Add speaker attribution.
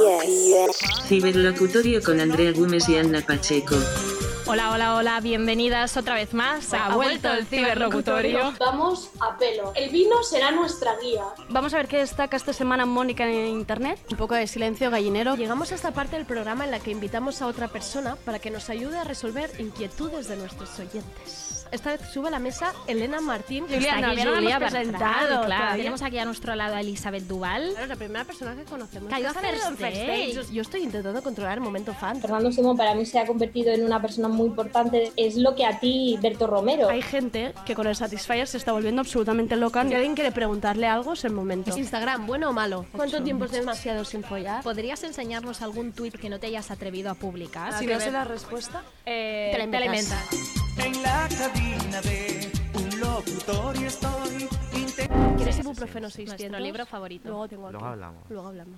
Speaker 1: RPS.
Speaker 2: Ciberlocutorio con Andrea Gómez y Ana Pacheco.
Speaker 3: Hola, hola, hola, bienvenidas otra vez más. Ha, vuelto el ciberlocutorio.
Speaker 4: Vamos a pelo. El vino será nuestra guía.
Speaker 3: Vamos a ver qué destaca esta semana Mónica en internet.
Speaker 5: Un poco de silencio gallinero.
Speaker 6: Llegamos a esta parte del programa en la que invitamos a otra persona para que nos ayude a resolver inquietudes de nuestros oyentes. Esta vez sube a la mesa Elena Martín. que
Speaker 3: Julia,
Speaker 6: está
Speaker 3: no,
Speaker 6: aquí.
Speaker 3: ya no la
Speaker 6: Julia
Speaker 3: hemos presentado,
Speaker 6: Bertrand,
Speaker 3: claro.
Speaker 6: todavía.
Speaker 3: Tenemos aquí a nuestro lado a Elizabeth Duval.
Speaker 5: Claro, es la primera persona que conocemos.
Speaker 3: Cayó
Speaker 5: que ha salido en
Speaker 3: first
Speaker 5: First
Speaker 3: date.
Speaker 5: Yo- Yo estoy intentando controlar el momento fan.
Speaker 4: Fernando Simón para mí se ha convertido en una persona muy importante. Es lo que a ti, Berto Romero.
Speaker 6: Hay gente que con el Satisfyer se está volviendo absolutamente loca y alguien quiere preguntarle algo es el momento. Ah,
Speaker 5: ¿Es Instagram bueno o malo? ¿Cuánto
Speaker 6: Ocho.
Speaker 5: tiempo es demasiado sin follar?
Speaker 3: ¿Podrías enseñarnos algún tuit que no te hayas atrevido a publicar?
Speaker 5: Si no sé la respuesta. Eh,
Speaker 3: te la inventas.
Speaker 7: En la cabina de un locutorio estoy
Speaker 5: ¿Quieres ibuprofeno
Speaker 3: Nuestro
Speaker 5: 600?
Speaker 3: libro favorito.
Speaker 5: Luego tengo
Speaker 8: Luego
Speaker 5: aquí.
Speaker 8: hablamos.
Speaker 5: Luego hablamos.